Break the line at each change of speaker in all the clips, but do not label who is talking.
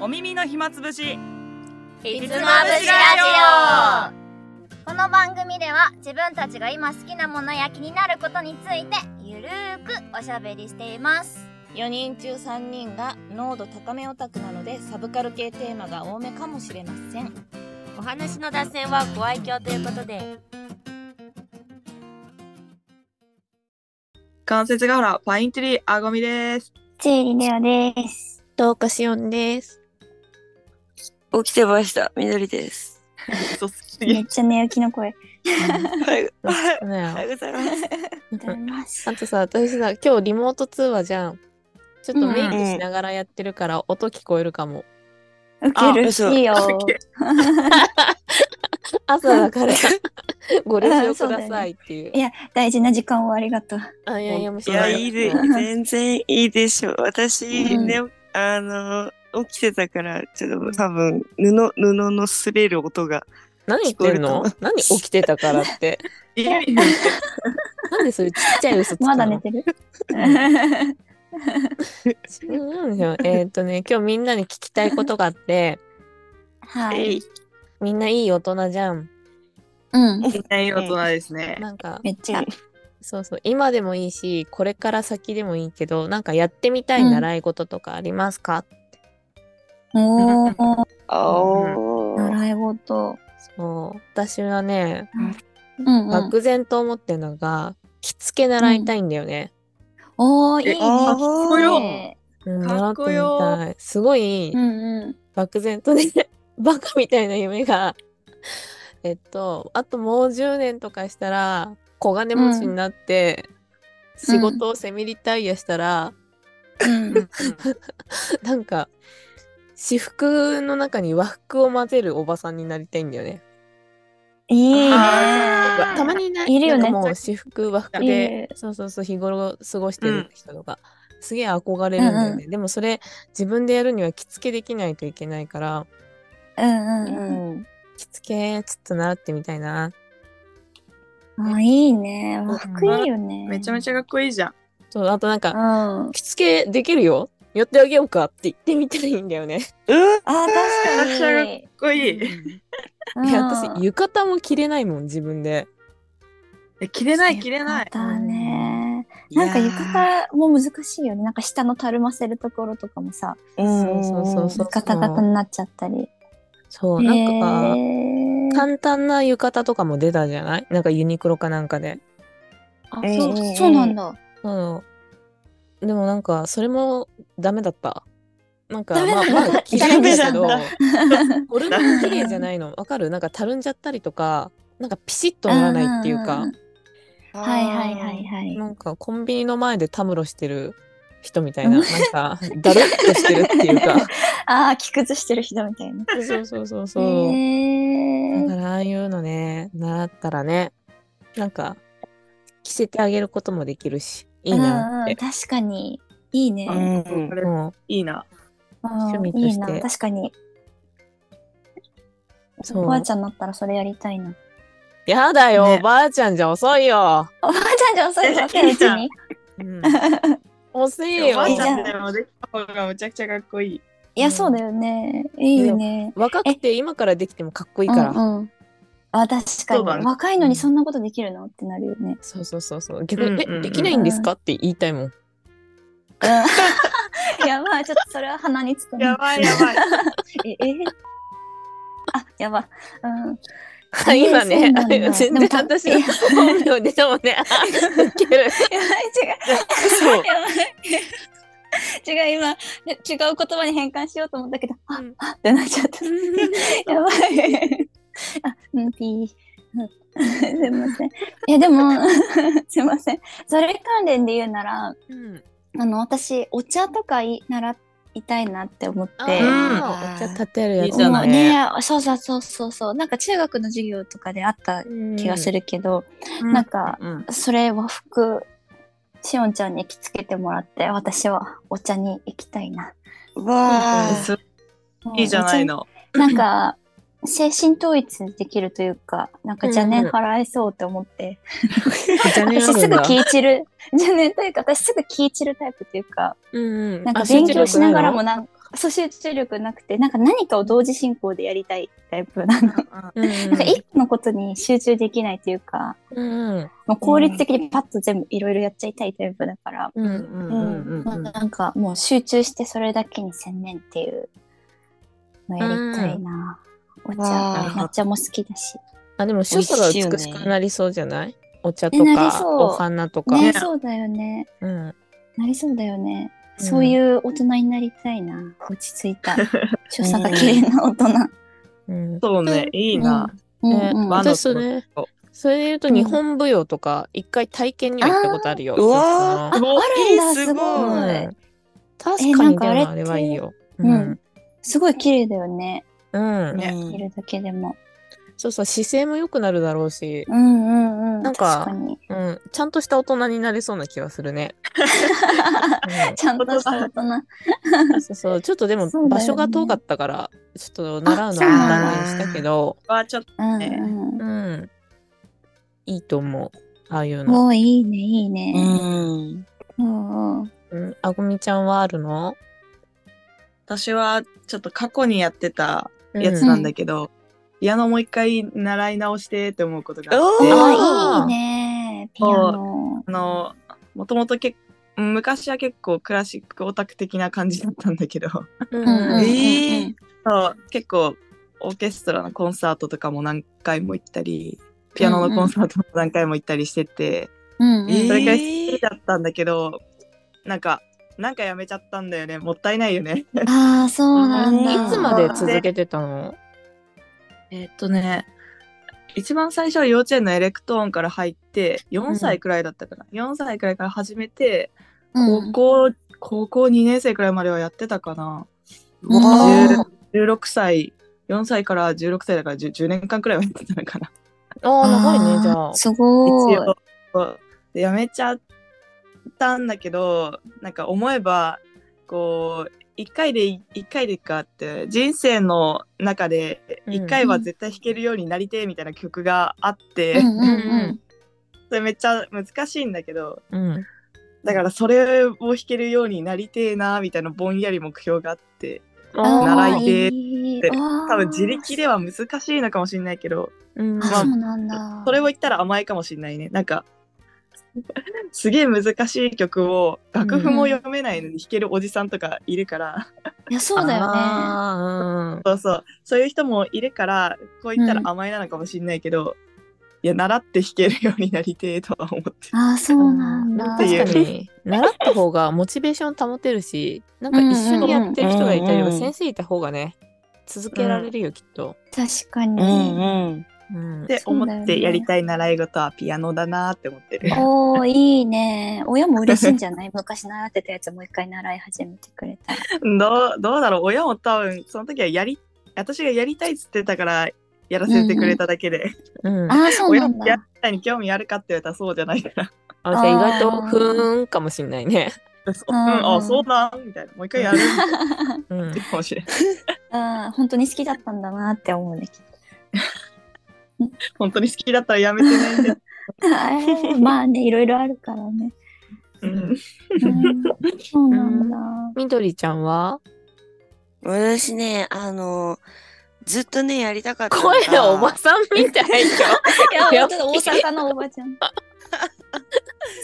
お耳の暇つぶし
ひ
つまぶしラ
この番組では自分たちが今好きなものや気になることについてゆるーくおしゃべりしています
4人中3人が濃度高めオタクなのでサブカル系テーマが多めかもしれません
お話の脱線はご愛嬌ということで
関節がほらパインテリーあごみです
チェリレオです
どうかしおんです。
起きてました緑です
嘘すぎる
ちゃ寝起きの声
おはよう おは
ね
ようございます
いただきます
あとさ、私さ、今日リモート通話じゃん。ちょっとメイクしながらやってるから音聞こえるかも。
ウ
あ
ケる
嘘
いいよ
朝だから ご了承く
そうだ
だ
よ
さい
ね
っていう。
いや大事な時間をありがとう
あいやいや、もう
い
しょうが
や
ない
いで全然いいでしょう私、
うん
ねあの起きてたからちょっと多分布布の滑る音が
何言ってるの
聞こ
何起きてたからって。
いやいやい
なんでそういうちっちゃい嘘つくの
まだ寝てる
違うんですよ。えーっとね、今日みんなに聞きたいことがあって、
は
えい
い
みんないい大人じゃん。
うん
ない大人ですね
なんか、
めっちゃ
そうそう、今でもいいし、これから先でもいいけど、なんかやってみたい習い事とかありますか、
おー
おー
習い事
そう私はね、
うんうん
漠然と思ってるのが着付け習いたいんだよね、
おーいいね
あー
きついね
うん
かっこよ
習ってみたいすごい
うんうん
漠然とね、 バカみたいな夢が えっとあともう10年とかしたら小金持ちになって、
うん
仕事をセミリタイヤしたら、
うん
なんか私服の中に和服を混ぜるおばさんになりたいんだよね。
いいね
あ
たまにいない
いるよね
なんかもう私服和服
い
で
る
そうそうそう日頃過ごしてる人とか、すげえ憧れるんだよね、でもそれ自分でやるには着付けできないといけないから
うんうんうん
うん
着付けちょっと習ってみたいな
あーいいね。
ん
和服いいよね。
めちゃめちゃかっこいいじゃん
そうあとなん
う
か
ん。あー
着付けできるよやってあげようかって言ってみたらいいんだよね、
うん
確かに。
かっこ
う
いい
んいや私
うん
浴衣も着れないもん自分で
え着れない着れない
だね。なんか浴衣も難しいよね。なんか下のたるませるところとかもさ、
うん
そうそうそう
ガタガタになっちゃったり。
そう
へ
なんか
ー
簡単な浴衣とかも出たじゃないなんかユニクロかなんかで
あ
えー
そうそうなんだ。
そう。でもなんか、それもダメだった。なんか、
ダメ
ま
な
あ、
んだ
まあ、綺麗だけど
ダ、
これも綺麗じゃないの。わかるなんか、たるんじゃったりとか、なんか、ピシッとならないっていうか、
んんんはいはいはいはい。
なんか、コンビニの前でたむろしてる人みたいな、なんか、だるっとしてるっていうか。
ああ、着崩してる人みたいな。
そうそうそう
へ
そう。だ
ー
から、ああいうのね、習ったらね、なんか、着せてあげることもできるし、いいなっ
うんうん
て。
確かに。いいね。
うん
これ
も
いいな
うん
趣味として
いいな。確かに。
う、そ
おばあ
う。
ちゃんになったらそれやりたいな。
やだよ、
ね
おばあちゃんじゃ遅いよ。
おばあちゃんじゃ遅いじゃん、
いい
別
じゃん
に。
うん、遅い
おば
よ
あ。
いい
ち
じゃ
ゃ
ん
んでもできた方がむちゃくちゃかっこいい
いや、そうだよね。いいよね。
若くて今からできてもかっこいいから。
うんうんあ、確か
そうだ
に。
ね
若いのにそんなことできるのってなるよね。
そうそうそうそう。逆に、
うんうんうん
え、できないんですかって言いたいもん。
うんやばい、ちょっとそれは鼻につく
や
な。
ばいやばい
え、え あ、やば。うん。
あ今 ね、
そうなんだ
全
でも
然
た
私
いや
の本名出たもんね。あいける。
やばい、違う。
そう
やば い。違う、今、ね違う言葉に変換しようと思ったけど、あ
うん、
あってなっちゃ った。やばい。 あ、うん、ピー。うん すいません。いや、でも、 すいません。それ関連で言うなら、
うん
あの私お茶とかい習いたいなって思って。
あーお茶立てるや
いい
つ
じゃ
も
な
う
い
ね、そうそうそうそうそうなんか中学の授業とかであった気がす
る。
るけど、
うん
なんか
うん
それ和服しおんちゃんに着付けてもらって私はお茶に行きたいな。
わあ
そういいじゃないの
お茶に。なんか精神統一できるというかなんか邪念払えそうって思って、
邪念あ
私
る
すぐ
んだ
気散る 邪念というか私すぐ気散るタイプというか
うんうん
なんか
あ
勉強しながらもなんか集中力なくて、なんか何かを同時進行でやりたいタイプなの。
うん
なんか一個のことに集中できないというか、
うん
もう効率的にパッと全部いろいろやっちゃいたいタイプだから、
うんうんうんうん
まあなんかもう集中してそれだけに専念っていうのやりたいな。お茶、
わ
あ
抹茶も好きだし。
あでも主婦が美しくなりそうじゃないお茶と
ねなり
か
そう
お花とか、
ね
ね、そうだよね。
うん、
なりそうだよね。
うん
そういう大人になりたいな。落ち着いた。調査が綺麗な大人。
うん
そうね、いいな。
うん
ね
うん
和の
私それそれで言うと日本舞踊とか一回体験には行ったことあるよ。
う
あ
わー
あ
すごい
あるんだ
す
す
う
ご
ごい。
ん確
え
か
なん
に
か
でもあれ
あれって
はいいよ。
うんすごい綺麗だよね。
うん
ね
うん
いるだけでも。
そうそう姿勢も良くなるだろうし、
うんうんうん。
なんか
確かに。
うん、ちゃんとした大人になれそうな気はするね。う ん
ちゃんとした大人。
そうそうちょっとでも
そうだよね
場所が遠かったから、ちょっと習うの
あそう
は
なんだ
断念したけど、
はちょっと
うん
ね
うん。
うん、いいと思うああいうの。
おーいいねいいうね。
ん。
うんうん。
うん、あごみちゃんはあるの、
私はちょっと過去にやってた
うん
やつなんだけど、ピアノもう一回習い直してって思うことがあっ
お
て、
ー
あ
あいいね。ピアノ。
の、もともと結昔は結構クラシックオタク的な感じだったんだけど、
うん
うんうんうん
え
えそう結構オーケストラのコンサートとかも何回も行ったり、ピアノのコンサートも何回も行ったりしてて、
うんうん。
それから好きだったんだけど、なんか、なんかやめちゃったんだよね。もったいないよね。
ああそうなんだ。
いつまで続けてたの
えーっとね、一番最初は幼稚園のエレクトーンから入って、4歳くらいだったかな。4歳くらいから始めて、
うん
高校、高校2年生くらいまではやってたかな。
うん
10 16歳、4歳から16歳だから 10, 10年間くらいはやってたのかな。
ああ、長いね、じゃ
あ
あ
ー。すごい。
一応。そうでやめちゃったんだけど、なんか思えば、こう、一回でい、一回でかって、人生の中で、
うん
一回は絶対弾けるようになりてえみたいな曲があって、
うんうんうん。
それめっちゃ難しいんだけど
うん。
だからそれを弾けるようになりてえなみたいなぼんやり目標があって習い手
手
多
多
分自力では難しいのかもしれないけど
うん。
あ
まあ
そうなんだ。
それを言ったら甘いかもしれないねなんかすげえ難しい曲を楽譜も読めないのに弾けるおじさんとかいるから、
いやそうだよね。
よ
そうそうそういう人もいるからこう言ったら甘いなのかもしれないけど、いや習って弾けるようになりてえとは思って
ああそうなん
ね。
だ。
っていう
確かに、習った方がモチベーション保てるし、なんか一緒にやってる人がいたり
うん
は、
うんうん
先生いた方がね、続けられるよ、きっと。
確か
う
に。
んうん。
うん
っ。て思ってやりたい習い事はピアノだなって思ってる。
おーいいね。親も嬉しいんじゃない 昔習ってたやつもう一回習い始めてくれたら。
どうどうだろう親も多分その時はやり私がやりたいっつってたからやらせてくれただけで、
うん。あ、
ああそうな
親
ん
もや
だ
っ。たに興味あるかって言われたらそうじゃないから
じゃあ意外と、ふーんかもしんないね。
そう、う
うん
ん、あそうなんみたいなもう一回やるみたいな
うん
言って。るかもしれない
あー本当に好きだったんだなって思うね。きっと
本当に好きだったらやめてねって、
あーまあねいろいろあるからね。
うん、
うんそうなんだ。
みどりちゃんは
私ね、あの、ずっとね、やりたかったのが。
声のおばさんみたいよ。
いや、ちょっと大阪のおばちゃん。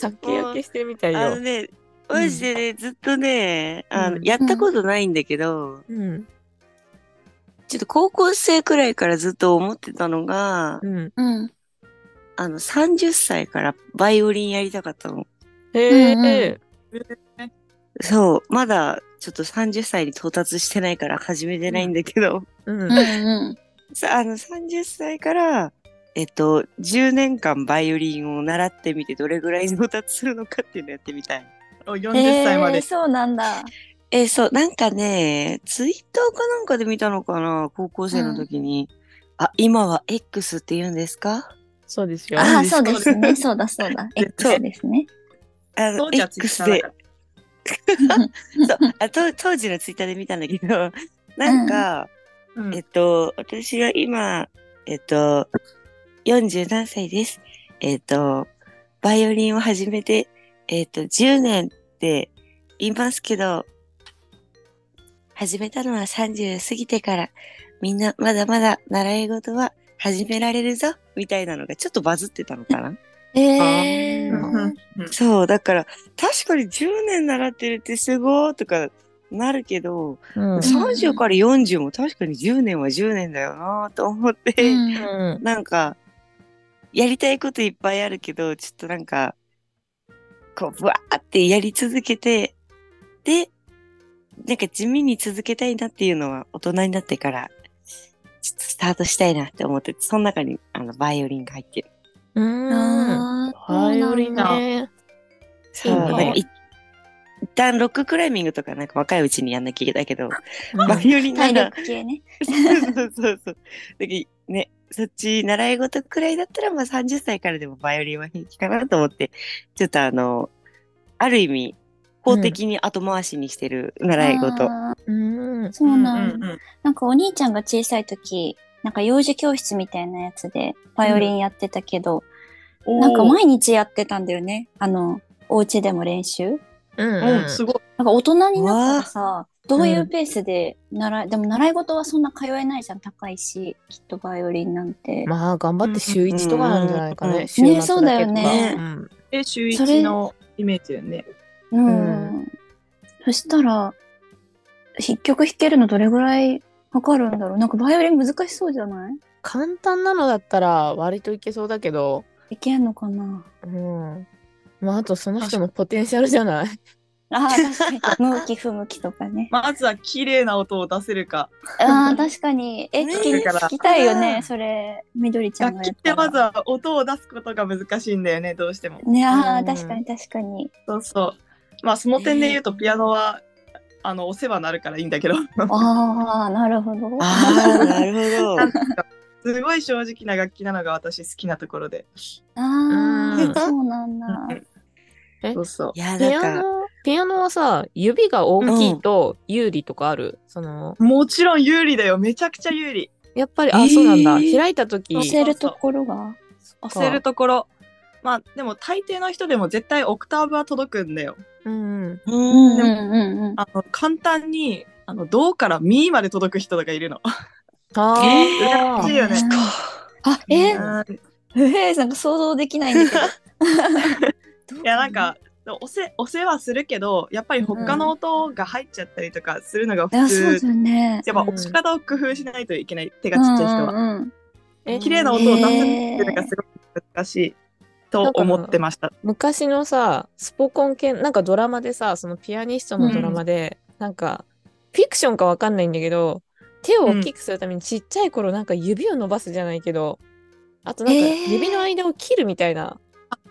酒焼けしてるみたい
あの
よ。
ね、マジでね、ずっとね、あの、
うん
やったことないんだけど、
うん。
ちょっと高校生くらいからずっと思ってたのが、
うん。
うん。
あの、30歳からバイオリンやりたかったの。
へ
うん
え。
そう、まだちょっと30歳に到達してないから始めてないんだけ ど、
うん
うん。うん。
さあの、30歳から、えっと、10年間バイオリンを習ってみてどれぐらい上達するのかっていうのやってみたい。
お40歳ま
え
で
ーそうなんだ。
えーそう、なんかね、ツイッターかなんかで見たのかな、高校生の時に。あ、今は X って言うんですか
そうですよ。
ああ、
いいです
そうですね。そうだ、そうだ。
そう
X ですね。
あの
当、時は
X
Twitter だ
で
か、ら
そうあと当時のツイッターで見たんだけど、 なんか、
うん
えっと、私が今、えっと、47歳です。えっと、バイオリンを始めて、えっと、10年って言いますけど、始めたのは30過ぎてから、みんなまだまだ習い事は始められるぞ、みたいなのがちょっとバズってたの かな
ええ
うんうん
そう、だから確かに10年習ってるってすごーとかなるけど、
うん
30から40も確かに10年は10年だよなーと思って、
うん
なんか、やりたいこといっぱいあるけど、ちょっとなんか、こう、ぶわーってやり続けて、で、なんか地味に続けたいなっていうのは大人になってから、ちょっとスタートしたいなって思って、その中にあのバイオリンが入ってる。
うんバイオリンね
そう、
いいね
なんかい一旦ロッククライミングとかなんか若いうちにやんなきゃいけないけど、バイオリンな
体
ら、
力系ね。
そうそうそうそう。だけどね、そっち習い事くらいだったら、まあ30歳からでもバイオリンは平気かなと思って、ちょっとあの、ある意味、法的に後回しにしてる習い事。
あー
うんうん
そうなんだ
うんうんうん
なんかお兄ちゃんが小さい時、なんか幼児教室みたいなやつでバイオリンやってたけど、なんか毎日やってたんだよね。あの、お家でも練習。
うん
うんすごい。
なんか大人になったらさ、どういうペースで習い、でも習い事はそんな通えないじゃん、高いし、きっとバイオリンなんて。
まあ頑張って週一とかなんじゃないか
うん
ね、
うん
週末けとか
ねそうだよね
うん
で週
それ
一のイメージだよね。
うん。
う
そしたら、一曲弾けるのどれぐらいかかるんだろうなんかバイオリン難しそうじゃない
簡単なのだったら割といけそうだけど、
いけんのかな
うん、まああとその人のポテンシャルじゃない
ああ、確か に。向き不向きとかね。
まずは綺麗な音を出せるか。
ああ、確かに。え、
ね
聞き
だから
聞きたいよね、それ、みどりちゃん
楽器
がや
っ
った
て
ら。
まずは音を出すことが難しいんだよね、どうしても。
ね、ああ、
うん
確かに確かに。
そうそう。まあその点で言うとピアノは、あの押せばなるからいいんだけど。
ああ、なるほど。
ああ、なるほど。
すごい正直な楽器なのが私好きなところで。
あ
うん
あ、そうなんだ。
え
そうそう。
いや、
ピ
な
ア
んか、
ノピアノはさ指が大きいと有利とかある、その
もちろん有利だよ。めちゃくちゃ有利。
やっぱり
え
あ
ー
そうなんだ、開いた時
教えるところが。
押せるところ。まあでも大抵の人でも絶対オクターブは届くんだよ。
うんうん
う
うんんうんうん
あの簡単にあのドからミーまで届く人とかいるの。
あ
え
嬉しい
ー
よね。
あ、 え、
うん
ふへーなんか想像できないんだけど。
いやなんかおせお世話するけどやっぱり他の音が入っちゃったりとかするのが
どうな
普
んだ。いや、そう
通、
だよね。
やっぱ
うん
押し方を工夫しないといけない手がちっちゃい人は、
うんうん
え
綺麗な音を出すっていうのがすごく難しいと思ってました。
昔のさスポコン系なんかドラマでさそのピアニストのドラマで、なんかフィクションかわかんないんだけど手を大きくするためにちっちゃい頃なんか指を伸ばすじゃないけどあとなんか
えー
指の間を切るみたいな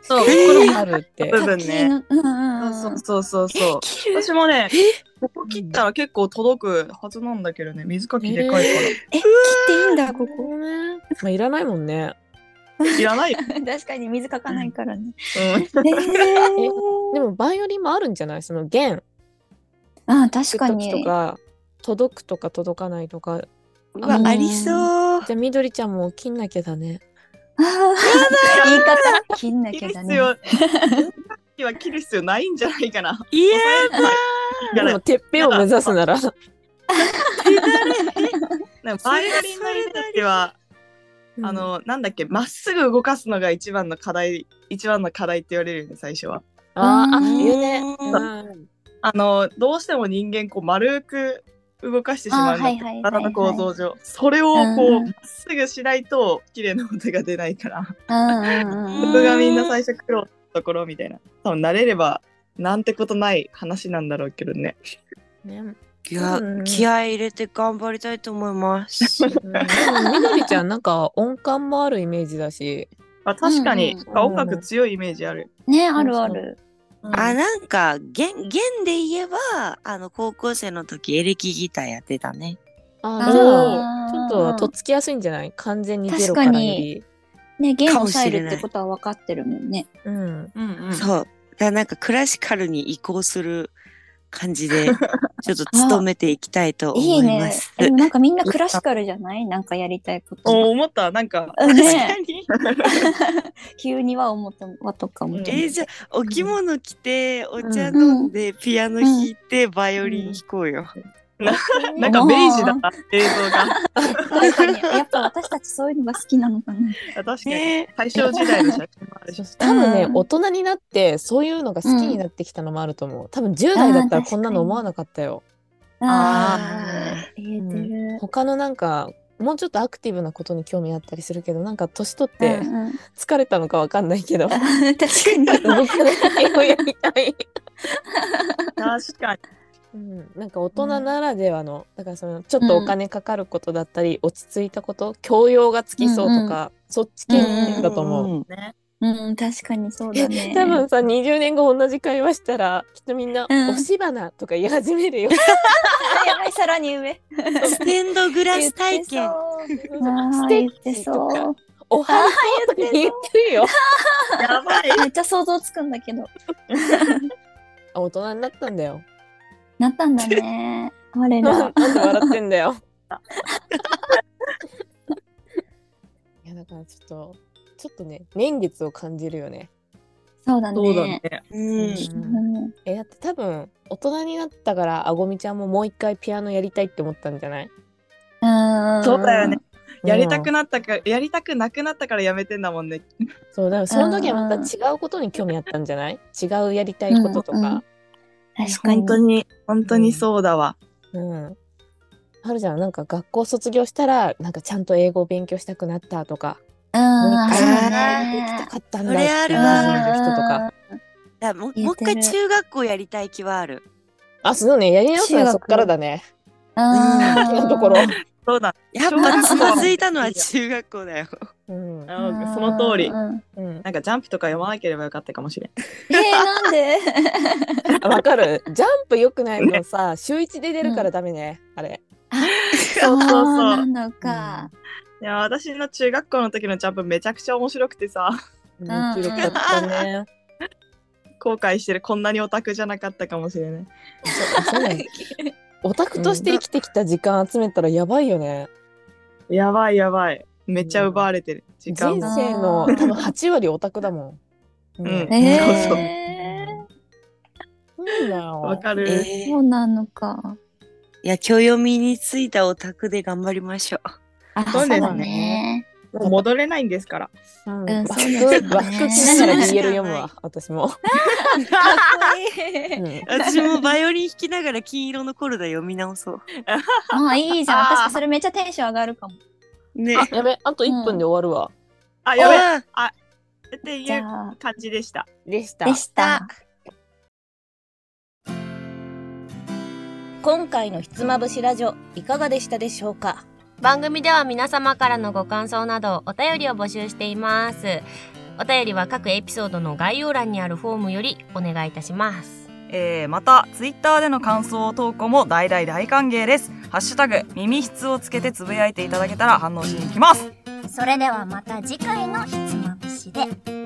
そう
ところがあるっ
えー。
て
部
うん。
分ね
うんうんうん。
そうそうそうそう。
切る
私もね、ここ切ったら結構届くはずなんだけどね、水かきでかいか
え、切っていいんだ、ここ。
ごめんまあ、いらないもんね。
ら。いらないよ。
確かに水かかないからね。
う ん
えー
でもバイオリンもあるんじゃないその弦
あー確
吹
か
く時と
に。
か届くとか届かないとか。
うわ、ありそう。
じゃあみどりちゃんも切んなきゃだね。
あー言い方切んな
切
きゃ
る
だ
必
ね。
要、水かきは切る必要ないんじゃないかな。
いや
い
で
や
もてっぺんを目指すなら。
なんかバイオリンの人たちは、あ の、なんだっけ、まっすぐ動かすのが一番の課題、一番の課題って言われるよね、最初は。
あーあ、
うん
言うね。
うん
うん
あの、どうしても人間、こう、丸く動かしてしまう
あー
の
はいはいはいはい
体の構造上。それを、こ
う
う、
ん
まっすぐしないと、綺麗な音が出ないから、
うんうん
そ
うん
こがみんな最初苦労したところみたいな。多分慣れれば、なんてことない話なんだろうけどね。
ね
いや
うん、
気合い入れて頑張りたいと思います。
うんでもみどりちゃんなんか音感もあるイメージだし。
あ確かに、
うんうん
なんか音楽強いイメージある。
ね、あるある。
あ、なんか、弦、弦で言えば、あの、高校生の時、エレキギターやってたね。
あ
あ
ーじゃあ
ー
ちょっとはとっつきやすいんじゃない完全にゼ
確
ロか
から
よ
に
り。
ね、弦
か
を
もしれ
抑
な
え
い
るってことは分かってるもんね。
うん。
うんうん、
そう。だからなんか、クラシカルに移行する感じで、ちょっと努めていきたい と
いい
思いま
ね
す。。
でもなんかみんなクラシカルじゃないなんかやりたいこと。
お思ったなんか、
うんね
に。
急には思ったわとかも。
うん
えーじゃあ、お着物着て、お茶
う
飲んで、ピアノ弾いて、バイオリン弾こうよ。
なんかベージュだった映像が
確かにやっぱ私たちそういうのが好きなのかな。
確かに
ね
大正時代の写真もある し
そう多分ね、
うん
大人になってそういうのが好きになってきたのもあると思う、多分10代だったらこんなの思わなかったよ
あ
あー言えてる。
他のなんかもうちょっとアクティブなことに興味あったりするけどなんか年取っ
う
て
んうん
疲れたのかわかんない けど、
確かに。
動かないをやりたい、
確かに
うん、なんか大人ならではの、だからそのちょっとお金かかることだったり、落ち着いたこと教養がつきそうとか、そっち系だと思う、
うん
ね
うん、確かにそうだね。
多分さ20年後同じ会話したらきっとみんな「
うん
押し花」とか言い始めるよ。
あやばい、さらに上。
ステンドグラス体
言
験。
ってそうあ
ス
ー
テ
言っ
ッ
て
チと
そ
か
う。
おはようとか言ってるよ。
やばい
めっちゃ想像つくんだけど。
あ大人になったんだよ。
なったん だね。我
な
ら
ん。なんで笑ってんだよ。いやだからちょっとちょっとね年月を感じるよね。
そうだ
そうだ
ね
ね。
うん
うん
えだって多分大人になったからあごみちゃんももう一回ピアノやりたいって思ったんじゃない
うん
そうだよね。やりた
う
く
ん
なったからやりたくなくなったからやめてんだもんね
そうだからその時はまた違うことに興味あったんじゃない違うやりたいこととか。
確かに
本。当に本当にそうだわ
うん。はるちゃんなんか学校卒業したらなんかちゃんと英語を勉強したくなったとか、
うん、
もう一
あ
回
そうだ
英語できた
ね。
かったんだっ
そ
て
れ
い
あ
う
る
感じの人と
う
か。
ん。
だもう
言
も
え
う
て
一
る
回中学校やりたい気はある。
あ、そうね。やり直すの
中
は
学
そっからだね。
あ
今のところ。
そうだ
やっぱつまずいたのは中学校だよ。
うん。
あその通り
うん
うん。
なんかジャンプとか読まなければよかったかもしれん
えー、なんで
あわかる。ジャンプ良くないのさ、週一で出るからダメね。あれ。
そうそうそう
あーなのか。
いや私の中学校の時のジャンプめちゃくちゃ面白くてさ
うんん。記録だったね。
後悔してるこんなにオタクじゃなかったかもしれない
そうそうね。オタクとして生きてきた時間集めたらやばいよね。
やばいやばいめっちゃ奪われてる時間
人
も
生の多分8割オタクだもん。
うん
うん
え
そうそう
ー、
そうだよ。
わかる、
えー
そうなのか。
いや、教養身についたオタクで頑張りましょう。
あ、
そうですね
だ ね。
もう戻れないんですから
うん
うん
バ
そうだよ
ッ
ね
ク、バックしながら BL 読むわ、私も。
かっこいい。
私もバイオリン弾きながら金色のコルダ読み直そう。
あー、いいじゃん。
あー
私それめっちゃテンション上がるかも。
ね。
あやべ、あと1分で終わるわ。
あやべえ
あ
って
じ
い
ゃ
う
あ、
感じでした
でした
でした。
今回のひつまぶしラジオいかがでしたでしょうか
番組では皆様からのご感想などお便りを募集していますお便りは各エピソードの概要欄にあるフォームよりお願いいたします
えーまたツイッターでの感想投稿も大大大歓迎ですハッシュタグ耳質をつけてつぶやいていただけたら反応しに行きます
それではまた次回のひつまぶしで